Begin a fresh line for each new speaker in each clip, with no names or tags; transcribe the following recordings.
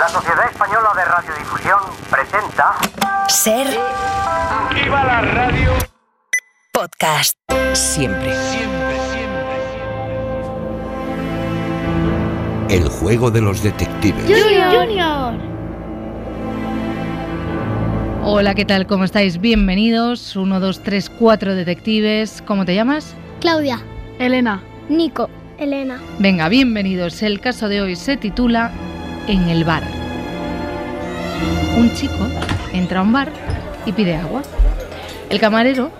La Sociedad Española de Radiodifusión presenta
Ser
¡Viva la radio!
podcast.
siempre.
Siempre, siempre, siempre.
El juego de los detectives.
Hola, ¿qué tal? ¿Cómo estáis? Bienvenidos. 1, 2, 3, 4 detectives. ¿Cómo te llamas?
Claudia,
Elena,
Nico, Elena.
Venga, bienvenidos. El caso de hoy se titula En el bar. Un chico entra a un bar y pide agua. El camarero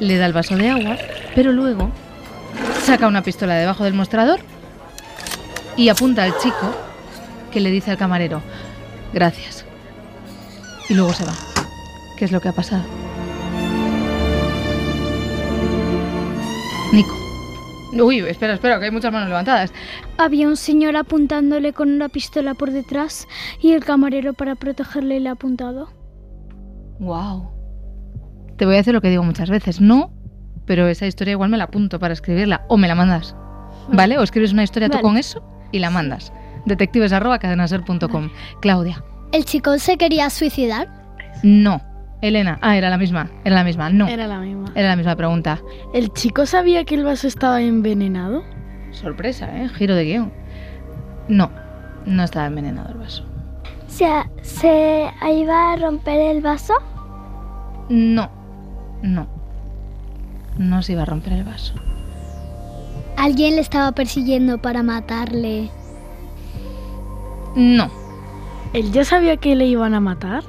le da el vaso de agua, pero luego saca una pistola debajo del mostrador y apunta al chico que le dice al camarero, gracias. Y luego se va. ¿Qué es lo que ha pasado? Nico. Uy, espera, espera, que hay muchas manos levantadas.
Había un señor apuntándole con una pistola por detrás y el camarero para protegerle le ha apuntado.
Wow. Te voy a hacer lo que digo muchas veces, no, pero esa historia igual me la apunto para escribirla o me la mandas. ¿Vale? O escribes una historia
Vale.
tú con eso y la mandas. Detectives arroba cadenaser.com. Claudia.
¿El chico se quería suicidar?
No. Elena. Ah, era la misma. Era la misma. No.
era la misma.
Era la misma pregunta.
¿El chico sabía que el vaso estaba envenenado?
Sorpresa, ¿eh? Giro de guión. No. No estaba envenenado el vaso.
O sea, ¿se iba a romper el vaso?
No. No. No se iba a romper el vaso.
Alguien le estaba persiguiendo para matarle.
No.
¿Él ya sabía que le iban a matar?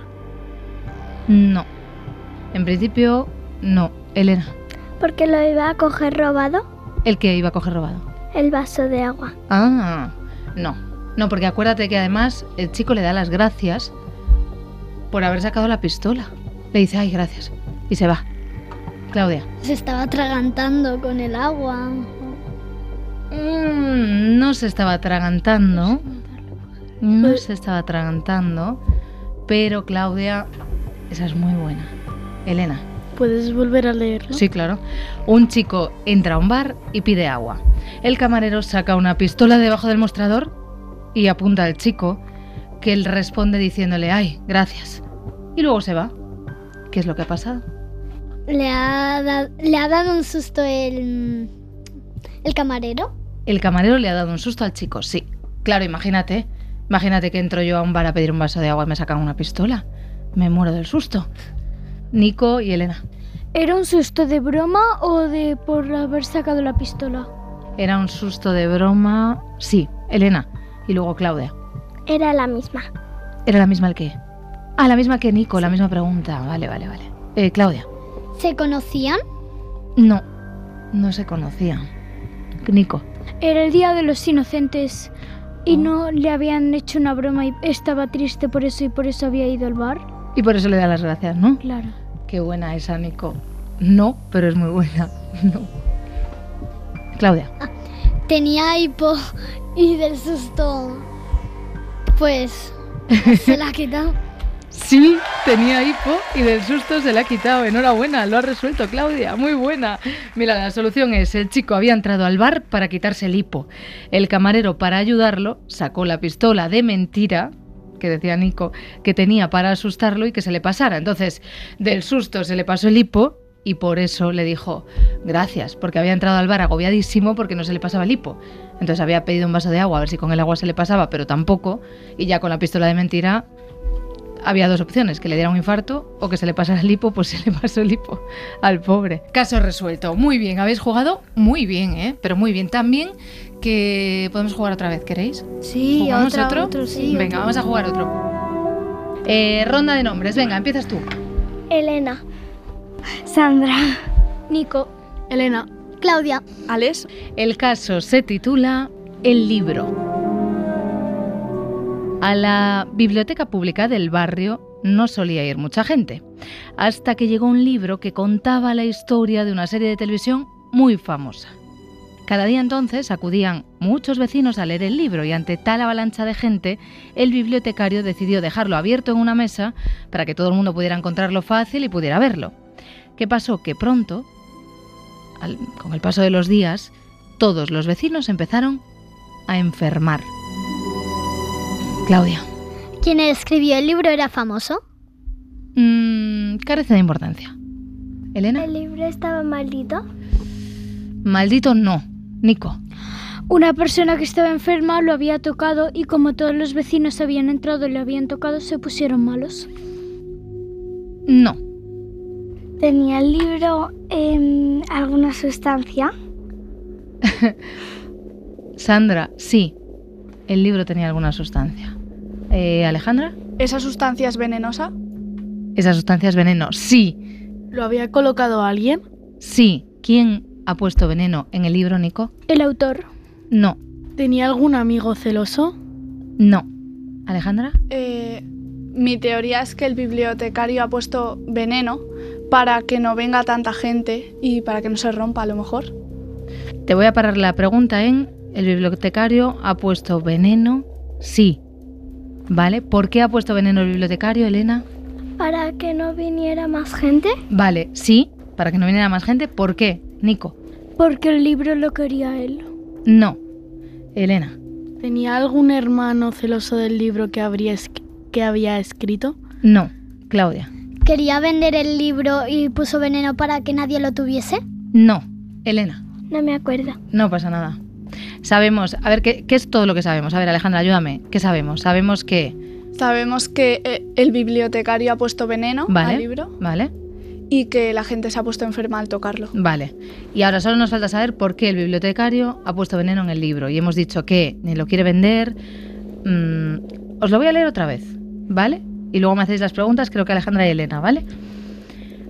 No. En principio, no. Elena,
Porque lo iba a coger robado
el que iba a coger robado.
el vaso de agua.
Ah, no. No, porque acuérdate que además el chico le da las gracias por haber sacado la pistola. Le dice, ay, gracias. Y se va. Claudia.
Se estaba atragantando con el agua.
Mm, no se estaba atragantando. No se estaba atragantando. Pero Claudia, esa es muy buena. Elena.
¿Puedes volver a leerlo?
Sí, claro. Un chico entra a un bar y pide agua. El camarero saca una pistola debajo del mostrador y apunta al chico, que él responde diciéndole, ay, gracias. Y luego se va. ¿Qué es lo que ha pasado?
Le ha, le ha dado un susto el, el camarero.
El camarero le ha dado un susto al chico, sí. Claro, imagínate. Imagínate que entro yo a un bar a pedir un vaso de agua y me sacan una pistola. Me muero del susto. Nico y Elena.
¿Era un susto de broma o de por haber sacado la pistola?
Era un susto de broma. Sí, Elena. Y luego Claudia.
Era la misma.
¿Era la misma el que? Ah, la misma que Nico, la misma pregunta. Vale, vale, vale. Eh, Claudia.
¿Se conocían?
No, no se conocían. Nico.
Era el Día de los Inocentes y no le habían hecho una broma y estaba triste por eso y por eso había ido al bar.
Y por eso le da las gracias, ¿no?
Claro.
Qué buena esa, Nico. No, pero es muy buena. No. Claudia.
Ah, Tenía hipo y del susto. Pues se la quitado.
Sí, tenía hipo y del susto se la ha quitado. Enhorabuena, lo ha resuelto Claudia, muy buena. Mira, la solución es, el chico había entrado al bar para quitarse el hipo. El camarero, para ayudarlo, sacó la pistola de mentira, que decía Nico, que tenía para asustarlo y que se le pasara. Entonces, del susto se le pasó el hipo y por eso le dijo gracias, porque había entrado al bar agobiadísimo porque no se le pasaba el hipo. Entonces había pedido un vaso de agua, a ver si con el agua se le pasaba, pero tampoco. Y ya con la pistola de mentira había dos opciones, que le diera un infarto o que se le pasara el hipo, pues se le pasó el hipo al pobre. Caso resuelto. Muy bien, habéis jugado muy bien, ¿eh? Pero muy bien. También que podemos jugar otra vez, ¿queréis?
Sí,
¿Jugamos otro? venga, vamos a jugar otro. Eh, ronda de nombres, venga, empiezas tú.
Elena. Sandra. Nico.
Elena,
Claudia.
Alex,
El caso se titula El libro. A la biblioteca pública del barrio no solía ir mucha gente, hasta que llegó un libro que contaba la historia de una serie de televisión muy famosa. Cada día entonces acudían muchos vecinos a leer el libro y ante tal avalancha de gente, el bibliotecario decidió dejarlo abierto en una mesa para que todo el mundo pudiera encontrarlo fácil y pudiera verlo. ¿Qué pasó? Que pronto, al- con el paso de los días, todos los vecinos empezaron a enfermar. Claudia.
Quien escribió el libro era famoso.
Mm, carece de importancia. Elena.
¿El libro estaba maldito?
Maldito no. Nico.
Una persona que estaba enferma lo había tocado y como todos los vecinos habían entrado y lo habían tocado, se pusieron malos.
No.
¿Tenía el libro alguna sustancia?
Sandra, sí. El libro tenía alguna sustancia. Eh, Alejandra.
¿Esa sustancia es venenosa?
Esa sustancia es veneno. Sí.
¿Lo había colocado alguien?
Sí. ¿Quién ha puesto veneno en el libro, Nico?
El autor.
No.
¿Tenía algún amigo celoso?
No. Alejandra.
Eh, mi teoría es que el bibliotecario ha puesto veneno para que no venga tanta gente y para que no se rompa a lo mejor.
Te voy a parar la pregunta en el bibliotecario ha puesto veneno. Sí. ¿Vale? ¿Por qué ha puesto veneno el bibliotecario, Elena?
¿Para que no viniera más gente?
Vale, sí, para que no viniera más gente. ¿Por qué, Nico?
Porque el libro lo quería él.
No. Elena.
¿Tenía algún hermano celoso del libro que, habría esc- que había escrito?
No. Claudia.
¿Quería vender el libro y puso veneno para que nadie lo tuviese?
No. Elena.
No me acuerdo.
No pasa nada. Sabemos, a ver, ¿qué, qué es todo lo que sabemos? A ver, Alejandra, ayúdame. ¿Qué sabemos? Sabemos que...
Sabemos que eh, el bibliotecario ha puesto veneno
Vale.
al libro
Vale,
y que la gente se ha puesto enferma al tocarlo.
vale. Y ahora solo nos falta saber por qué el bibliotecario ha puesto veneno en el libro. Y hemos dicho que ni lo quiere vender. Mm, os lo voy a leer otra vez, ¿vale? Y luego me hacéis las preguntas, creo que Alejandra y Elena, ¿vale?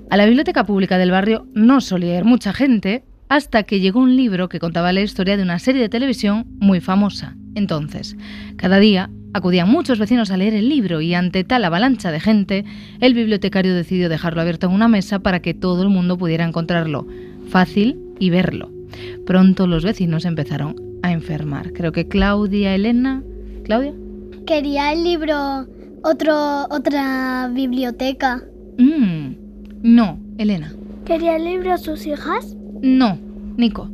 A la biblioteca pública del barrio no solía ir mucha gente hasta que llegó un libro que contaba la historia de una serie de televisión muy famosa. Entonces, cada día acudían muchos vecinos a leer el libro y ante tal avalancha de gente, el bibliotecario decidió dejarlo abierto en una mesa para que todo el mundo pudiera encontrarlo fácil y verlo. Pronto los vecinos empezaron a enfermar. Creo que Claudia, Elena, Claudia.
Quería el libro otro, otra biblioteca.
Mm, no, Elena.
¿Quería el libro a sus hijas?
No, Nico.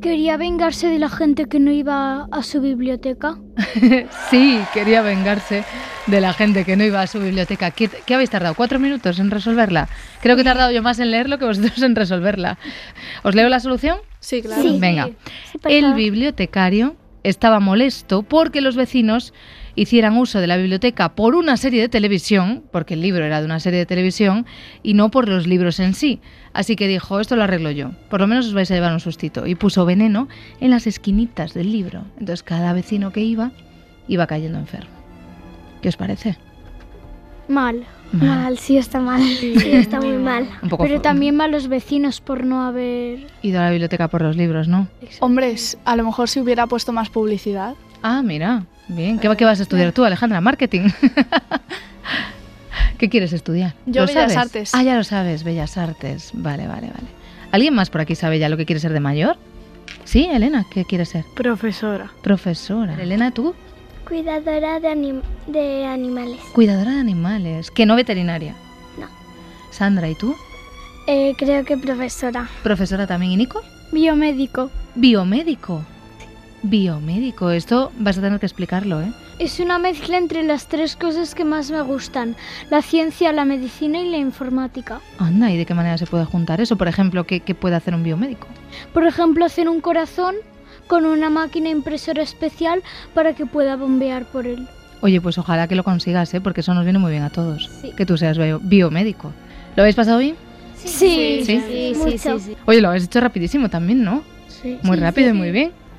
Quería vengarse de la gente que no iba a su biblioteca.
Sí, quería vengarse de la gente que no iba a su biblioteca. ¿Qué, qué habéis tardado? ¿Cuatro minutos en resolverla? Creo que he tardado yo más en leerlo que vosotros en resolverla. ¿Os leo la solución?
Sí, claro.
Sí.
Venga.
Sí, por
El
favor.
bibliotecario estaba molesto porque los vecinos hicieran uso de la biblioteca por una serie de televisión, porque el libro era de una serie de televisión, y no por los libros en sí. Así que dijo, esto lo arreglo yo, por lo menos os vais a llevar un sustito. Y puso veneno en las esquinitas del libro. Entonces cada vecino que iba, iba cayendo enfermo. ¿Qué os parece?
Mal.
Mal.
Mal, sí está mal. Sí está muy mal.
Un poco
Pero
fu-
también mal los vecinos por no haber...
ido a la biblioteca por los libros, ¿no?
Hombres, a lo mejor si hubiera puesto más publicidad.
Ah, mira, bien. ¿Qué, qué vas a estudiar tú, Alejandra? Marketing. ¿Qué quieres estudiar?
Yo
¿Lo
Bellas
sabes?
Artes.
Ah, ya lo sabes, Bellas Artes. Vale, vale, vale. ¿Alguien más por aquí sabe ya lo que quiere ser de mayor? Sí, Elena, ¿qué quieres ser?
Profesora.
Profesora. Elena, tú,
Cuidadora de, anim- de animales.
cuidadora de animales, que no veterinaria.
No.
Sandra, ¿y tú?
Eh, creo que profesora.
Profesora también, ¿y Nico?
Biomédico.
Biomédico. Biomédico, esto vas a tener que explicarlo, ¿eh?
Es una mezcla entre las tres cosas que más me gustan. La ciencia, la medicina y la informática.
Anda, ¿y de qué manera se puede juntar eso? Por ejemplo, ¿qué, qué puede hacer un biomédico?
Por ejemplo, hacer un corazón con una máquina impresora especial para que pueda bombear por él.
Oye, pues ojalá que lo consigas, ¿eh? porque eso nos viene muy bien a todos.
Sí.
Que tú seas bio- biomédico. ¿Lo habéis pasado bien?
Sí,
Sí.
sí, sí,
Oye, lo habéis hecho rapidísimo también, ¿no? Muy rápido y muy bien.